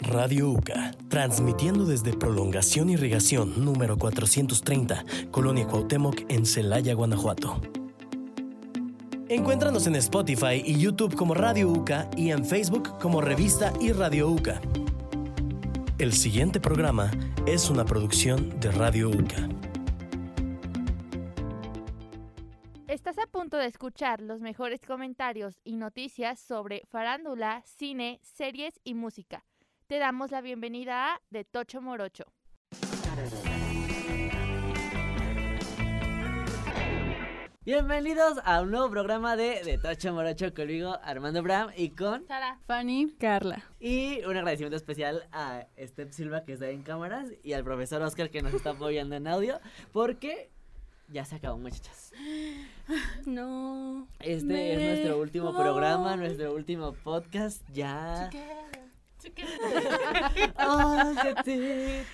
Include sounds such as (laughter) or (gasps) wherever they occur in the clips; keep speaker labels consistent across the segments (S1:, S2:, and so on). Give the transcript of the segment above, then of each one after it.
S1: Radio UCA, transmitiendo desde Prolongación Irrigación número 430, Colonia Cuauhtémoc en Celaya, Guanajuato. Encuéntranos en Spotify y YouTube como Radio UCA y en Facebook como Revista y Radio UCA. El siguiente programa es una producción de Radio UCA.
S2: Estás a punto de escuchar los mejores comentarios y noticias sobre farándula, cine, series y música. Te damos la bienvenida a De Tocho Morocho.
S3: Bienvenidos a un nuevo programa de De Tocho Morocho conmigo, Armando Bram y con...
S2: Sara.
S4: Fanny, Carla.
S3: Y un agradecimiento especial a Steph Silva que está en cámaras y al profesor Oscar que nos está apoyando en audio porque ya se acabó muchachas.
S4: No.
S3: Este
S4: Me
S3: es nuestro último
S4: voy.
S3: programa, nuestro último podcast. Ya.
S4: Estamos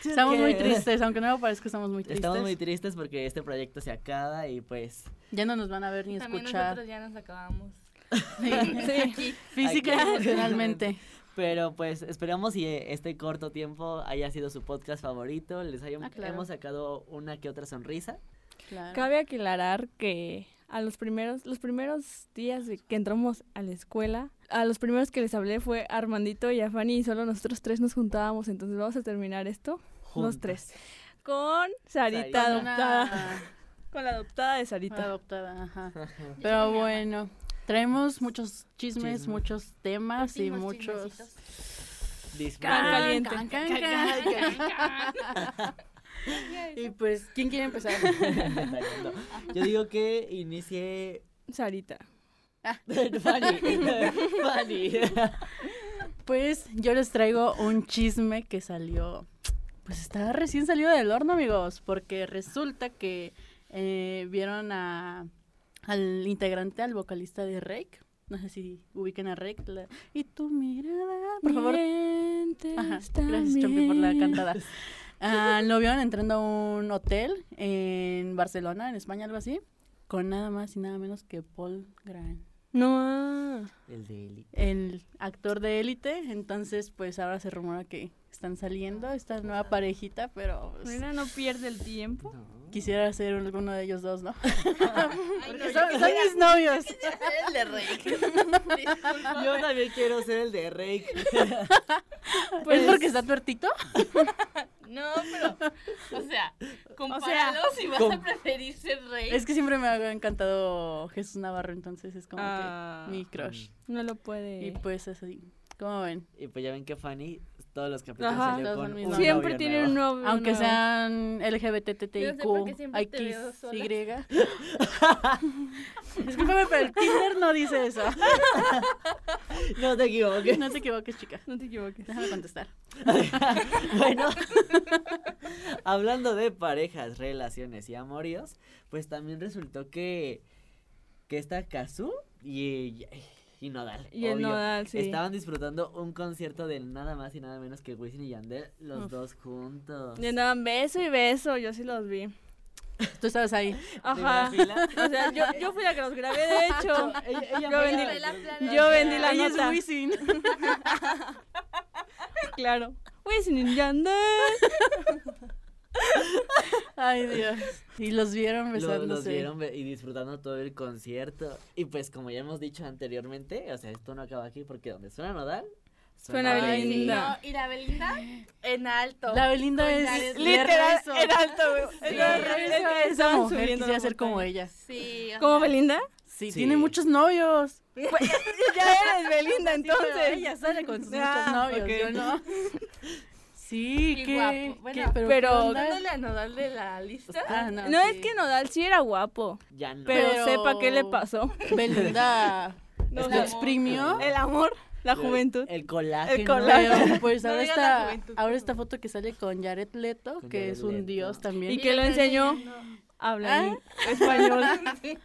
S3: Estamos
S4: muy tristes, aunque no me parezca, estamos muy tristes.
S3: Estamos muy tristes porque este proyecto se acaba y pues
S4: Ya no nos van a ver ni
S5: También
S4: escuchar.
S5: nosotros ya nos acabamos.
S4: (laughs) Sí. Física
S3: Aquí.
S4: y emocionalmente.
S3: Pero pues esperamos si eh, este corto tiempo haya sido su podcast favorito, les hayamos
S4: Ah, claro.
S3: hemos sacado una que otra sonrisa.
S4: Claro.
S6: Cabe aclarar que a los primeros, los primeros días de que entramos a la escuela, a los primeros que les hablé fue a Armandito y a Fanny y solo nosotros tres nos juntábamos, entonces vamos a terminar esto,
S3: juntas.
S6: los tres, con Sarita
S3: Sarita.
S4: Con una-
S6: adoptada, con la adoptada de
S4: con la
S6: Sarita.
S4: adoptada, ajá. Pero bueno, traemos muchos chismes,
S3: Chismes.
S4: muchos temas y
S5: Últimos
S4: muchos...
S5: chismecitos.
S3: Disfruten.
S6: Can, caliente.
S4: Can, can, can, can. (laughs) Y pues, ¿quién quiere empezar?
S3: (laughs) No, Yo digo que inicié (laughs)
S6: Sarita.
S3: Fanny, Fanny.
S4: Pues yo les traigo un chisme que salió, pues está recién salido del horno, amigos, porque resulta que eh, vieron a, al integrante, al vocalista de Rake, no sé si ubiquen a Rake, la- y tu mirada, por favor.
S6: Mientes
S4: Ajá, gracias, Chompi, por la
S6: también.
S4: cantada. Ah, lo vieron entrando a un hotel en Barcelona, en España, algo así, con nada más y nada menos que Paul Grant
S6: No, ah,
S3: El de Eli.
S4: el actor de élite, entonces pues ahora se rumora que están saliendo esta nueva parejita, pero pues,
S6: mira, no pierde el tiempo.
S4: quisiera ser alguno de ellos dos,
S5: (laughs)
S4: ¿no?
S5: Ay, no,
S4: Porque
S5: yo
S4: son, son mis novios.
S5: quisiera el de Rick. Disculpa.
S3: Yo también quiero ser el de Rey.
S4: (laughs) ¿Es
S5: Pues,
S4: porque está tuertito?
S5: No, pero, o sea, compáralos y vas
S3: com-
S5: a preferir ser rey.
S4: Es que siempre me ha encantado Jesús Navarro, entonces es como
S6: Ah,
S4: que mi crush.
S6: No lo puede.
S4: Y pues así, como ven?
S3: Y pues ya ven que Fanny, todos los capítulos
S6: Ajá.
S3: salió
S4: Todos
S3: con
S4: son mis
S3: un
S4: novios.
S6: Siempre
S3: novio
S6: tiene un
S3: nuevo.
S6: novio.
S4: Aunque
S6: nuevo.
S4: sean
S5: Yo sé por qué
S4: LGBTTIQ,
S5: siempre te veo
S4: X,
S5: sola.
S4: Y.
S5: (laughs)
S4: Discúlpame, pero el Tinder no dice eso.
S3: No te equivoques.
S4: No te equivoques, chica.
S6: No te (laughs) equivoques.
S4: Déjame contestar.
S3: (laughs) bueno, hablando de parejas, relaciones y amoríos, pues también resultó que, que esta Kazu y, y Nodal,
S6: Y el
S3: obvio,
S6: nodal, sí.
S3: estaban disfrutando un concierto de nada más y nada menos que Wisin y Yandel, los
S6: Uf.
S3: dos juntos.
S6: Le daban beso y beso, yo sí los vi.
S4: Tú estabas ahí.
S6: Ajá.
S3: fila?
S6: O sea, yo, yo fui la que los grabé, de
S4: (laughs)
S6: hecho.
S3: Ella- ella
S6: Yo
S3: fue
S6: vendí-
S3: la-
S6: yo vendí la
S4: Ella
S6: nota.
S4: es
S5: (laughs)
S4: Wisin.
S6: Claro. Wisin y Yandel.
S4: Ay, Dios. Y los vieron
S3: Lo-
S4: besándose.
S3: los vieron be- y disfrutando todo el concierto. Y pues como ya hemos dicho anteriormente, o sea, esto no acaba aquí porque donde suena Nodal,
S6: Suena
S3: Belinda.
S5: Ay, sí,
S6: Belinda.
S5: no, y la Belinda en alto.
S4: La Belinda
S5: Con
S4: es
S5: Jared
S6: Literal,
S4: Ernesto.
S6: en alto, güey. Era-
S4: Esa-
S6: era- era-
S4: Esa
S6: estaban
S4: mujer
S6: subiendo
S4: quisiera
S6: la
S4: ser como
S6: montaña.
S4: ella.
S5: Sí. o
S6: ¿Como
S4: (laughs)
S5: sea,
S6: Belinda? Pues,
S4: Sí,
S3: Sí.
S4: tiene muchos novios.
S6: (laughs) Ya eres Belinda, entonces.
S4: ella sale con sus
S6: Ah,
S4: muchos novios,
S6: ok.
S4: yo no. Sí,
S5: Y
S4: qué,
S5: guapo.
S4: qué-
S5: Bueno,
S4: pero,
S6: pero-
S4: ¿qué onda?
S5: Dándole a Nodal de la lista.
S4: Ah, no,
S6: No,
S4: sí.
S6: es que Nodal sí era guapo.
S3: Ya no.
S6: Pero,
S4: Pero-
S6: sepa qué le pasó.
S5: (laughs)
S4: Belinda
S6: No,
S4: la
S6: la-
S4: exprimió.
S6: El amor, (laughs) la juventud.
S3: El colágeno.
S6: El colágeno.
S4: Pero, pues
S5: No
S4: ahora
S5: digas (laughs) la
S4: esta,
S5: juventud,
S4: ahora
S5: no.
S4: esta foto que sale con Jared Leto,
S3: Con
S4: que
S3: Jared
S4: es un
S3: Leto.
S4: dios también.
S6: ¿Y qué lo enseñó? Habla ¿Ah? en (laughs) español.
S5: Sí.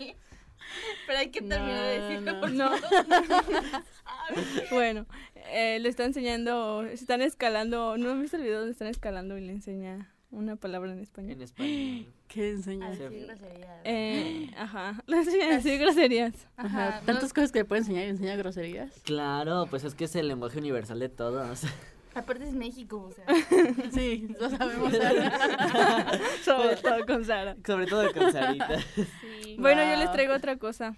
S5: Pero hay que terminar de decirlo.
S4: No,
S5: (laughs) por
S6: no.
S5: favor.
S6: (laughs) Bueno, eh, le está enseñando, se están escalando, ¿no han visto el video donde están escalando y le enseña una palabra en español?
S3: En español.
S4: ¿Qué enseña?
S5: Ah, sí,
S3: Sí.
S5: groserías.
S6: Eh, (laughs) ajá, le enseña a decir groserías.
S4: Ajá,
S5: Ajá, no-
S4: tantas cosas que le puede enseñar y enseña groserías.
S6: (laughs)
S3: Claro, pues es que es el lenguaje universal de todos. (laughs)
S5: Aparte es México,
S2: (laughs)
S5: o sea.
S4: (laughs) Sí, lo (laughs) sabemos.
S6: Sobre todo con Sara.
S3: Sobre todo con Sarita.
S6: (laughs)
S5: Sí.
S6: Bueno, yo les
S4: Wow.
S6: traigo otra cosa.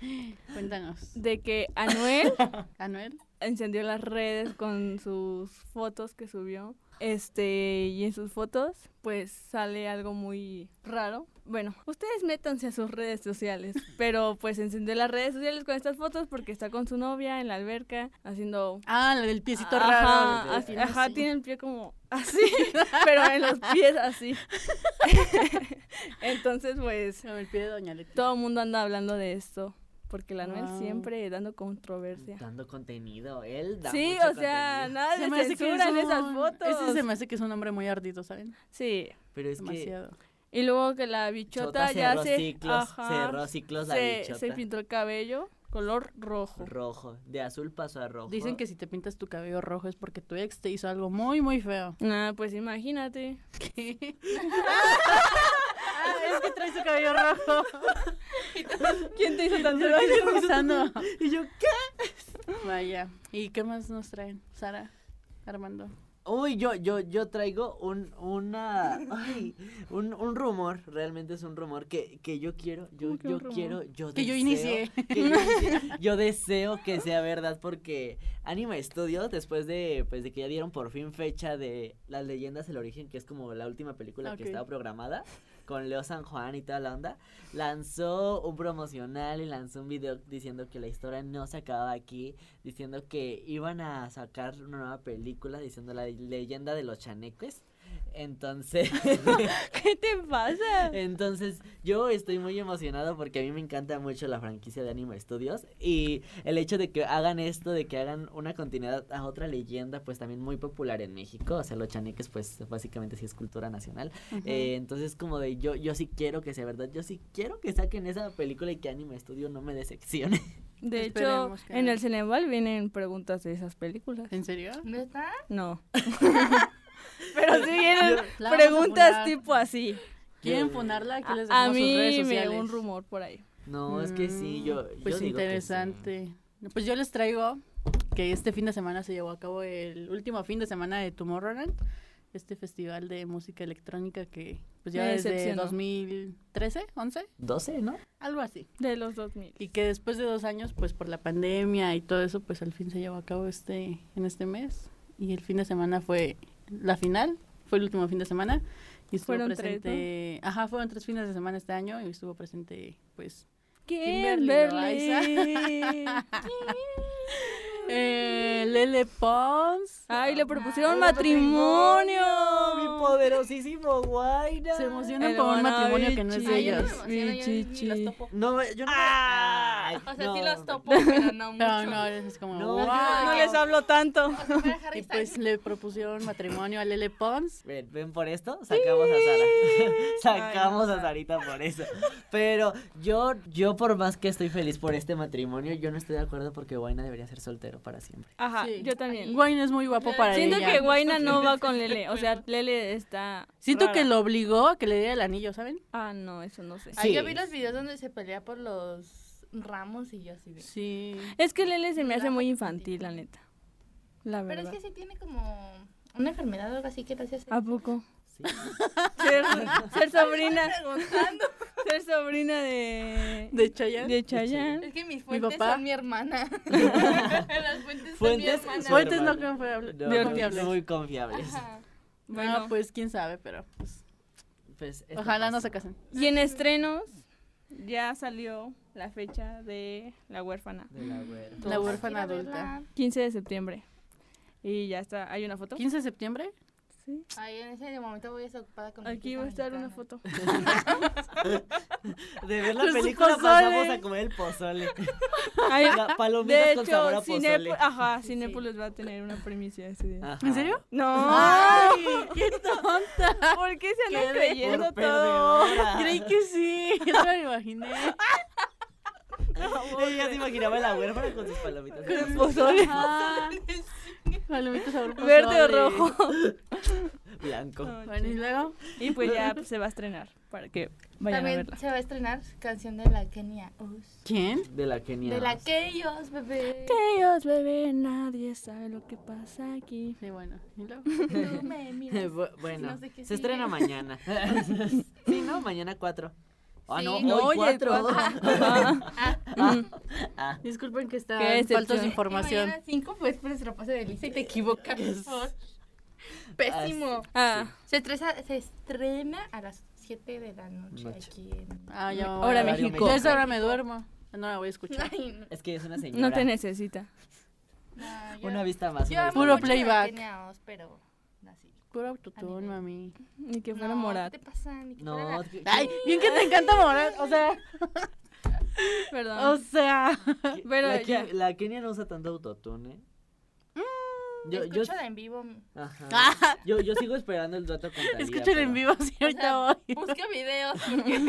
S4: Cuéntanos.
S6: De que Anuel
S4: ¿Anuel?
S6: encendió las redes con sus fotos que subió. Este, y en sus fotos, pues sale algo muy raro. Bueno, ustedes métanse a sus redes sociales, pero pues encendió las redes sociales con estas fotos porque está con su novia en la alberca haciendo.
S4: Ah, la del piecito
S6: ajá,
S4: raro.
S6: as- ajá, tiene el pie como así, pero en los pies así. (laughs) Entonces, pues,
S4: el pie de Doña Leti.
S6: todo el mundo anda hablando de esto porque la Noel
S4: Wow.
S6: siempre dando controversia.
S3: Dando contenido. Él da
S6: Sí,
S3: mucho
S6: o sea,
S3: contenido.
S6: nada de censura en esas fotos.
S4: Ese se me hace que es un hombre muy ardido, ¿saben?
S6: Sí.
S3: Pero es que
S4: Demasiado.
S6: Y luego que la
S3: Chota
S6: bichota ya
S3: cerró
S6: se
S3: ciclos.
S6: ajá,
S3: Cerró ciclos la
S6: se-
S3: bichota.
S6: se pintó el cabello color rojo.
S3: Rojo. De azul pasó a rojo.
S4: Dicen que si te pintas tu cabello rojo es porque tu ex te hizo algo muy,
S6: (laughs)
S4: muy feo.
S6: Ah, pues imagínate. (laughs)
S4: Ah, es que trae su
S6: (laughs)
S4: cabello rojo.
S6: ¿Quién te
S4: (laughs)
S6: hizo tan (laughs)
S4: Yo aquí pensando.
S3: ¿Y yo qué?
S4: Vaya. ¿Y qué más nos traen? Sara, Armando.
S3: Uy, yo, yo, yo traigo un, una, (laughs) ay, un, un rumor, realmente es un rumor que, que yo quiero, yo,
S6: ¿Cómo que
S3: yo
S6: un rumor?
S3: quiero, yo
S4: Que yo
S3: deseo-
S4: inicié.
S3: que yo inicié. Yo deseo que sea verdad porque Anima Studios, después de, pues, de que ya dieron por fin fecha de Las Leyendas del Origen, que es como la última película
S4: Ok.
S3: que estaba programada, con Leo San Juan y toda la onda, lanzó un promocional y lanzó un video diciendo que la historia no se acababa aquí, diciendo que iban a sacar una nueva película diciendo la leyenda de los chaneques. Entonces,
S6: ¿Qué te
S4: (laughs)
S6: pasa?
S3: entonces yo estoy muy emocionado porque a mí me encanta mucho la franquicia de Anima Studios y el hecho de que hagan esto, de que hagan una continuidad a otra leyenda, pues también muy popular en México, o sea, los chaneques pues básicamente sí es cultura nacional. (laughs) Eh, entonces como de yo yo sí quiero que sea verdad, yo sí quiero que saquen esa película y que Anima Studio no me decepcione. (laughs)
S6: De hecho,
S4: Esperemos que
S6: en
S4: no. ¿Eh?
S6: el Ceneval vienen preguntas de esas películas.
S4: ¿En serio?
S5: ¿No está?
S4: (laughs)
S6: No. Pero sí vienen
S4: La vamos a
S6: preguntas
S4: funar.
S6: tipo así.
S4: ¿Quieren
S3: Yo-
S4: funarla? Aquí les
S6: A, a
S4: dejamos sus redes
S6: mí me
S4: sociales.
S6: dio un rumor por ahí.
S3: No, es que sí,
S4: Mm,
S3: yo...
S4: Pues
S3: yo digo que sí.
S4: interesante. No, Pues yo les traigo que este fin de semana se llevó a cabo el último fin de semana de Tomorrowland, este festival de música electrónica que pues ya
S6: Me
S4: desde
S6: decepcionó.
S4: 2013, 11,
S3: 12, ¿no?
S4: algo así.
S6: De los 2000.
S4: Y que después de dos años, pues por la pandemia y todo eso, pues al fin se llevó a cabo este en este mes. Y el fin de semana fue la final, fue el último fin de semana. Y estuvo
S6: Fueron tres,
S4: presente, ajá, fueron tres fines de semana este año y estuvo presente, pues, Kimberly
S6: Kimberly. (laughs)
S4: (laughs) eh, Lele Pons.
S6: Ay, le propusieron
S4: Ay,
S6: matrimonio.
S3: Mi poderosísimo Guaira.
S4: Se emocionan
S6: El
S4: por un matrimonio que no es de
S6: guanabichi.
S4: ellos.
S5: Ay, yo no me emociono, yo ni los topo.
S3: No, yo no. Ay,
S5: O sea, sí
S3: no.
S5: los topo, pero no mucho.
S4: Pero no, es como,
S3: No,
S4: wow.
S5: yo-
S6: No les hablo tanto.
S5: O sea, fuera Harry
S4: Y pues
S5: Styles.
S4: le propusieron matrimonio a Lele Pons.
S3: Ven, ven por esto, sacamos a (laughs) Sara. sacamos a Sarita por eso. Pero yo, yo por más que estoy feliz por este matrimonio, yo no estoy de acuerdo porque Guaina debería ser soltero para siempre.
S6: Ajá,
S4: Sí.
S6: yo también.
S4: Wayne es muy guapo para
S6: Siento
S4: ella.
S6: que Guaina no va con Lele. O
S5: (laughs)
S6: sea, Lele está.
S4: Siento
S6: rara.
S4: que lo obligó a que le diera el anillo, ¿saben?
S6: Ah, no, eso no sé.
S5: Ay,
S3: Sí.
S5: yo vi los videos donde se pelea por los ramos y yo así de...
S4: Sí.
S6: Es que Lele se me hace muy infantil, la neta. La
S5: Pero
S6: verdad. Ah,
S5: es que sí tiene como una enfermedad o algo así que te hace así.
S6: ¿A
S5: (laughs)
S6: poco?
S3: Sí.
S6: Ser, ser sobrina.
S5: preguntando.
S6: Ser sobrina de.
S4: De Chayanne.
S6: de Chayanne.
S5: Es que mis fuentes
S4: papá.
S5: son mi hermana. Las fuentes, son mi
S3: Fuentes,
S5: hermana.
S3: su
S4: Fuentes no
S3: hermana.
S4: confiable-
S3: No,
S4: no
S3: no,
S4: confiables.
S3: Muy confiables.
S5: Ajá.
S6: Bueno,
S4: No, pues quién sabe, pero pues,
S3: Pues, esto
S4: ojalá no
S3: pasa.
S4: se casen.
S6: Y en estrenos ya salió la fecha de La huérfana.
S3: De la güera.
S4: La huérfana
S5: Quiero
S4: adulta.
S5: verla.
S6: 15 de septiembre. Y ya está, hay una foto.
S4: 15 de septiembre.
S6: Sí.
S5: Ay, en ese momento voy a estar ocupada con
S6: Aquí va a estar una foto.
S3: De
S6: (laughs)
S3: ver la
S6: Con su
S3: película
S6: pozole.
S3: pasamos a comer el pozole.
S6: Ay,
S3: La- palomitas
S6: de
S3: con sabor a
S6: hecho,
S3: pozole. Ah.
S6: Cinépolis, ajá, Cinépolis va a tener una primicia ese día.
S3: Ajá.
S4: ah, ¿En serio?
S6: No,
S4: ¡Ay! ¡Qué (laughs) tonta!
S6: (laughs) ¿por qué se
S4: Qué
S6: andan creyendo
S3: Por (laughs)
S6: todo? (laughs)
S3: perdedora.
S4: Creí que sí. Yo no me lo imaginé.
S3: Ella se imaginaba la huérfana con sus palomitas.
S6: Pozole.
S4: (laughs) Ah. Palomitas sabor
S6: Verde o
S4: pozole.
S6: rojo.
S3: Blanco.
S4: Bueno, y luego.
S6: Y pues ya pues, se va a estrenar para que vayan a
S5: También
S6: verla.
S5: se va a estrenar canción de la Kenia Us.
S4: ¿Quién?
S3: De la Kenia.
S5: De la Keyos, bebé.
S6: Que Dios, bebé, nadie sabe lo que pasa aquí.
S4: Sí, bueno. Y luego.
S5: Tú me miras.
S3: Eh, (laughs) Bu- Bueno,
S5: No sé qué
S3: se
S5: sigue.
S3: estrena mañana. sí, ¿no? Mañana 4. Ah, no,
S5: Sí.
S3: hoy Ah,
S6: Oye,
S3: 4. (laughs)
S6: (laughs)
S4: (laughs)
S5: Ah,
S4: Disculpen que está
S6: Qué decepción.
S4: faltos de
S5: Y
S4: información.
S5: mañana 5 pues por nuestro pase de lista y te equivocas. por- Pésimo.
S6: Ah,
S5: Se, estresa- se estrena a las 7 de la noche
S3: Noche.
S5: aquí en...
S4: Ah, ya.
S6: Hora
S4: ahora
S6: México.
S4: Yo a esa hora me duermo. No la voy a (laughs) escuchar.
S5: Ay, no.
S3: Es que es una señora.
S6: no te necesita.
S5: No, yo-
S3: Una vista más.
S5: yo
S3: una
S5: amo
S3: vista
S4: Puro
S5: mucho la
S4: playback.
S5: Kenia Os, pero así.
S4: Puro autotune, mami.
S6: Ni que fuera
S5: No,
S6: Morat.
S5: ¿Qué te pasa? Ni que fuera
S3: No,
S5: la-
S3: que-
S4: Ay, bien que te encanta morar. O sea,
S6: Perdón.
S4: o sea.
S3: que-
S6: pero
S3: la,
S6: ya.
S3: Ke- la Kenia no usa tanto autotune. ¿eh?
S5: Mm,
S3: Yo, yo,
S5: Escúchala en vivo.
S3: ajá. yo, yo sigo esperando el dato con Thalía,
S4: Escuchen
S3: pero-
S4: en vivo si ahorita voy.
S5: Busca
S3: (laughs)
S5: videos. porque-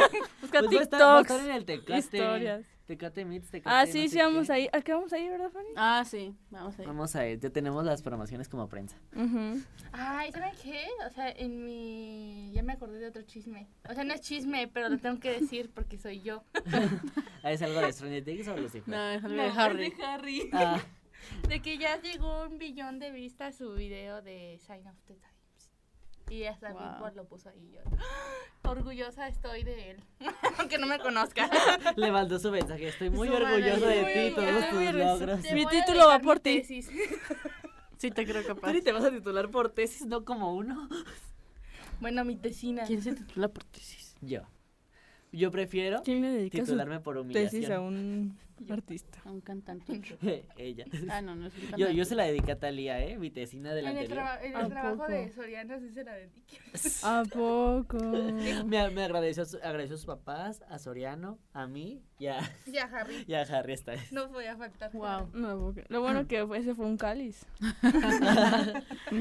S6: Busca
S3: Pues va a estar, va a
S6: TikToks.
S3: estar en el Tecate.
S6: historias.
S3: Tecate Meets, Tecate.
S6: Ah,
S3: Eh, no sé
S6: sí, sí, vamos
S3: qué.
S6: ahí. ¿A qué vamos a ir, verdad, Fanny?
S4: Ah, sí. Vamos a ir.
S3: Vamos a ir. Ya tenemos las promociones como prensa.
S6: Ujú.
S5: Ay, ¿saben qué? O sea, en mi... Ya me acordé de otro chisme. O sea, no es chisme, pero lo tengo que decir porque soy yo.
S3: Ah, ¿Es algo de Stranger Things o Lucifer?
S4: No, es
S5: No, es
S4: de Harry.
S5: De Harry. (laughs)
S3: Ah,
S5: De que ya llegó un billón de vistas su video de Sign of the Times. Y hasta
S4: Wow.
S5: Billboard lo puso ahí. Yo, (gasps) ¡ah! orgullosa estoy de él. (laughs) Aunque no me conozca.
S3: le mandó su mensaje. Estoy muy
S5: Su
S3: orgulloso
S5: manager.
S3: de ti,
S5: Muy
S3: todos
S5: orgulloso.
S3: tus
S5: (laughs)
S3: logros.
S5: Te
S6: Mi
S5: voy a
S6: título va
S5: dejar
S6: por
S5: mi
S6: ti.
S5: tesis. (laughs)
S4: Sí, te creo capaz.
S3: te vas a titular por tesis, no como uno?
S5: Bueno, mi tesina.
S4: ¿Quién se titula por tesis?
S3: Yo. Yo prefiero
S6: ¿Quién le dedica su
S3: titularme por
S6: tesis a
S3: humillación.
S6: un artista?
S4: A un cantante.
S3: (laughs) Ella.
S4: Ah, no, no es un
S3: Yo,
S4: cantante.
S3: yo se la dediqué a Talía, ¿eh? Mi tesina del
S5: En el,
S3: anterior.
S5: traba- en
S6: ¿A
S5: el trabajo
S6: poco?
S5: de Soriana sí se la dediqué. (laughs)
S6: ¿A poco?
S3: Me, me agradeció, a su- agradeció a sus papás, a Soriano, a mí y a,
S5: Ya, Harry.
S3: y a Harry esta vez.
S5: No podía faltar.
S4: Wow.
S6: No, porque- Lo bueno que fue- ese fue un cáliz.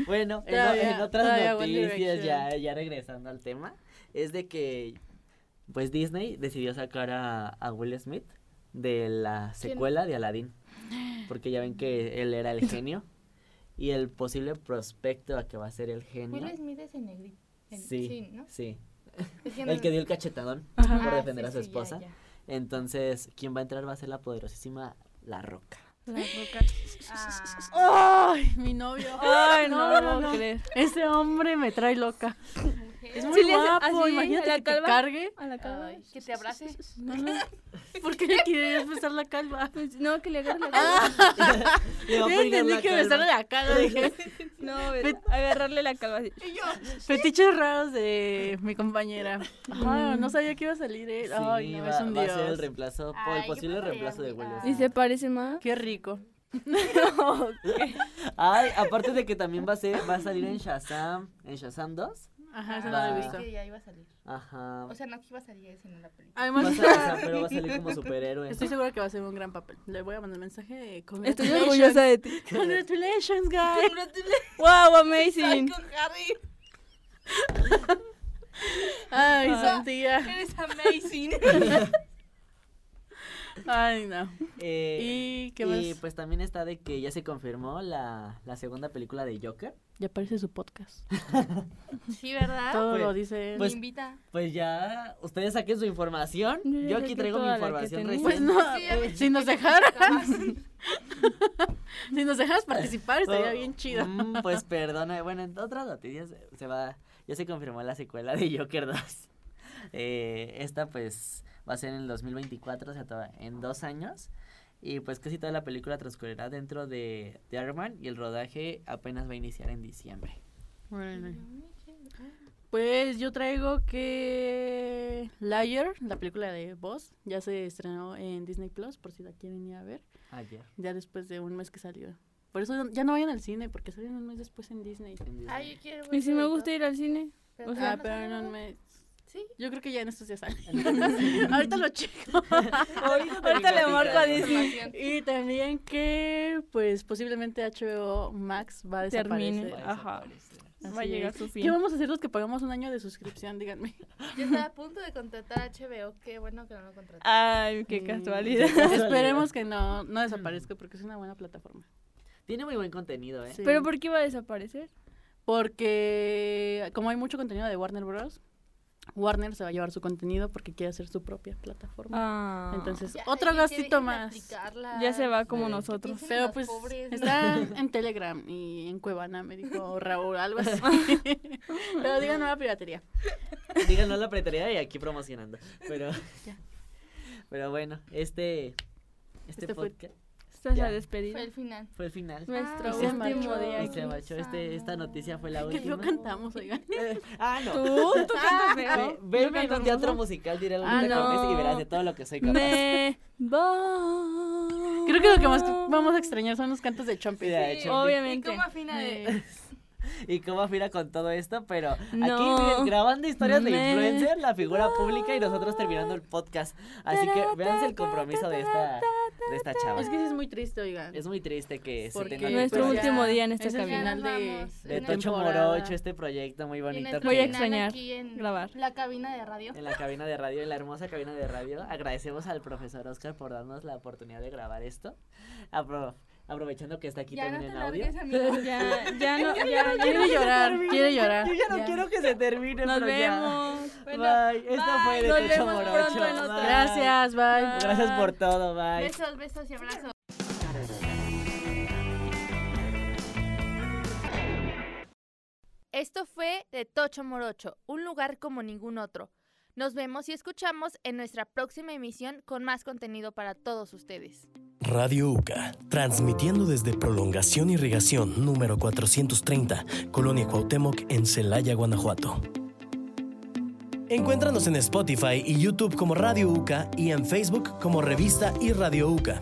S3: Bueno, en,
S4: Todavía-
S3: en otras
S4: todavía One
S3: noticias,
S4: Direction.
S3: ya, ya regresando al tema, es de que pues Disney decidió sacar a, a Will Smith de la secuela de Aladdin. Porque ya ven que él era el genio y el posible prospecto a que va a ser el genio.
S5: Will Smith es el negrito. El-
S3: Sí,
S5: ¿no?
S3: sí.
S5: Es
S3: El que
S5: no-
S3: dio el cachetadón
S5: Ah,
S3: por defender
S5: sí,
S3: a su
S5: sí, ya,
S3: esposa.
S5: ya.
S3: Entonces, quien va a entrar va a ser la poderosísima La Roca.
S6: La roca.
S5: Ah.
S4: ¡Ay, mi novio!
S6: Ay, no, lo puedo creer.
S4: Ese hombre me trae loca. Es muy
S6: Sí le hace
S4: guapo,
S6: así,
S4: imagínate
S6: a la
S4: que te
S6: calva.
S4: cargue.
S6: A la calva.
S5: Ay, que te abrace.
S4: No, no. ¿Por qué le querías besar la calva?
S6: Pues, no, que le (laughs) agarre la calva.
S3: Le va a
S4: Yo
S3: pegar
S4: entendí
S3: la
S4: que
S3: calva.
S4: besarle la calva. Dije,
S3: (laughs)
S6: No, ve- agarrarle la calva así.
S4: fetiches raros de mi compañera. Ah, no sabía que iba a salir él.
S3: Sí,
S4: Ay, no,
S3: va,
S4: es un
S3: va a ser el
S4: dios.
S3: reemplazo,
S5: Ay,
S3: el
S5: yo
S3: posible
S5: prefería
S3: reemplazo de Will
S5: Will-
S3: Smith.
S6: ¿Y se parece más?
S4: Qué rico.
S3: Ay, aparte de que también va a, ser, va a salir en Shazam, en Shazam 2.
S4: Ajá, esa no
S3: Ah.
S4: la he
S5: Creí
S4: visto.
S5: que ya iba a salir.
S3: Ajá.
S5: O sea, no que iba a salir ese en la película.
S3: Va a
S4: Además,
S3: salir, o
S4: (laughs)
S3: sea, pero va a salir como superhéroe.
S4: estoy segura que va a ser un gran papel. Le voy a mandar mensaje de
S6: Estoy
S4: congratulations.
S6: orgullosa de ti.
S4: Congratulations, guys.
S6: ¡Wow, amazing!
S5: con Harry.
S4: Ay,
S6: Ah.
S4: Santía.
S5: Eres amazing.
S4: (laughs) Ay, no.
S3: Eh,
S4: ¿Y qué más?
S3: y pues también está de que ya se confirmó la, la segunda película de Joker.
S4: Ya aparece su podcast.
S5: sí, ¿verdad?
S4: Todo
S3: pues-
S4: lo dice él.
S5: Me
S3: pues-
S5: invita.
S3: Pues ya, ustedes saquen su información.
S6: Yo ya
S3: Yo aquí
S6: saqué
S3: traigo mi
S6: toda la que
S3: información
S6: tenía.
S3: reciente.
S4: Pues no,
S5: Sí, ya me
S4: si nos
S5: (laughs)
S4: dejaras, si nos dejaras participar
S5: Oh.
S4: estaría bien chido.
S3: Mm,
S4: (laughs)
S3: pues perdona. Bueno, en otras noticias eh, se va. Ya se confirmó la secuela de Joker 2. (laughs) Eh, esta pues va a ser en el 2024, o sea, to- en dos años. Y pues casi toda la película transcurrirá dentro de, de Iron Man y el rodaje apenas va a iniciar en diciembre.
S4: Bueno, pues yo traigo que Liar, la película de Boss, ya se estrenó en Disney Plus, por si la quieren ir a ver,
S3: Ayer.
S4: ya después de un mes que salió. Por eso ya no vayan al cine, porque salen un mes después en Disney.
S3: en Disney.
S5: Ay, yo quiero.
S6: Y si me gusta ir al cine.
S5: Pero
S6: o
S5: todavía
S4: Ah,
S5: no
S4: pero
S5: sale,
S4: en un
S5: ¿verdad?
S4: mes.
S5: Sí.
S4: Yo creo que ya en estos días sale. (laughs) Ahorita lo checo.
S6: (laughs) Ahorita le marco a Disney.
S5: Información.
S4: Y también que, pues, posiblemente HBO Max va a
S6: Termine.
S4: desaparecer.
S3: Va a
S6: Ajá.
S3: desaparecer.
S4: Así
S6: Va a llegar
S4: es.
S6: su
S4: ¿Qué
S6: fin.
S4: vamos a hacer los que pagamos un año de suscripción? Díganme.
S5: Yo estaba a punto de contratar a HBO. Qué bueno que no lo contraté.
S6: Ay, (laughs) qué
S4: Mm,
S6: casualidad.
S4: Esperemos que no, no desaparezca porque es una buena plataforma.
S3: (laughs) Tiene muy buen contenido, ¿eh?
S4: Sí.
S6: ¿Pero por qué iba a desaparecer?
S4: Porque como hay mucho contenido de Warner Bros., Warner se va a llevar su contenido porque quiere hacer su propia plataforma.
S6: Ah,
S4: Entonces,
S5: Ya,
S4: otro
S5: alguien tiene que
S4: gastito más.
S5: platicarlas.
S6: ya se va como
S3: Sí.
S6: nosotros.
S5: Piensen en
S4: Pero
S5: los
S4: pues
S5: pobres, ¿no?
S4: está en
S5: (laughs)
S4: Telegram y en Cuevana, me dijo Raúl, algo así. Pero diga nueva piratería.
S3: Díganos la pretería y aquí promocionando. Pero, (laughs) pero bueno, este, este,
S4: Este fue-
S3: podcast
S6: Esta es
S3: Ya.
S6: la despedida.
S5: Fue el final.
S3: fue el final.
S6: Nuestro
S4: Ah, y se
S6: último
S4: marchó.
S6: día
S3: Y
S6: aquí.
S3: se marchó. Este, esta noticia fue la
S4: Que
S3: última.
S4: yo cantamos, oigan.
S3: (laughs) Eh, ah, no.
S6: (laughs) ¿Tú? ¿Tú cantas
S3: Ve-
S6: feo?
S3: Ve
S6: Yo canto
S3: un teatro
S6: hermoso.
S3: musical, diré la
S6: Ah,
S3: Lupita Cortés y
S6: no.
S3: verás de todo lo que soy capaz.
S6: Me voy.
S4: Creo que lo que
S5: (laughs)
S4: más vamos a extrañar son los cantos de Chompy.
S3: Sí, de hecho.
S6: Obviamente.
S5: ¿Y cómo afina (laughs) de-
S3: (laughs) y cómo afina con todo esto, pero aquí
S6: No.
S3: miren, grabando historias de
S6: Me-
S3: influencer, la figura pública y nosotros terminando el podcast. Así que véanse el compromiso de esta, de esta chava.
S4: Es que sí es muy triste, oigan.
S3: Es muy triste que se
S4: Porque
S3: tenga que
S6: Nuestro
S3: ir
S4: pues, ya
S6: último día en esta
S4: es el
S6: cabina.
S4: final
S5: Ya nos
S4: de,
S5: vamos.
S3: de
S5: una
S3: Tocho
S4: temporada.
S3: Morocho, este proyecto muy
S5: y
S3: bonito.
S5: nuestro
S6: Voy a
S5: final
S3: que-
S6: extrañar
S5: aquí en
S6: grabar.
S5: La cabina de radio.
S3: En la cabina de radio, en la hermosa cabina de radio, agradecemos al profesor Oscar por darnos la oportunidad de grabar esto. Apro- aprovechando que está aquí
S5: ya no
S3: también
S5: te
S3: en audio.
S5: largues, amigo.
S6: (laughs) Ya, ya no, ya, ya no
S4: Quiere llorar, quiere llorar.
S3: Yo ya no
S4: Ya.
S3: quiero que se termine,
S6: Nos
S3: pero ya.
S6: vemos.
S3: bye. Esto fue de
S6: Nos
S3: Tocho
S6: vemos
S3: Morocho.
S6: pronto en otra.
S3: Bye.
S4: Gracias, bye.
S3: Gracias por todo, bye.
S5: Besos, besos y abrazos.
S2: Esto fue de Tocho Morocho, un lugar como ningún otro. Nos vemos y escuchamos en nuestra próxima emisión con más contenido para todos ustedes.
S1: Radio UCA, transmitiendo desde Prolongación Irrigación número 430, Colonia Cuauhtémoc en Celaya, Guanajuato. Encuéntranos en Spotify y YouTube como Radio UCA y en Facebook como Revista y Radio UCA.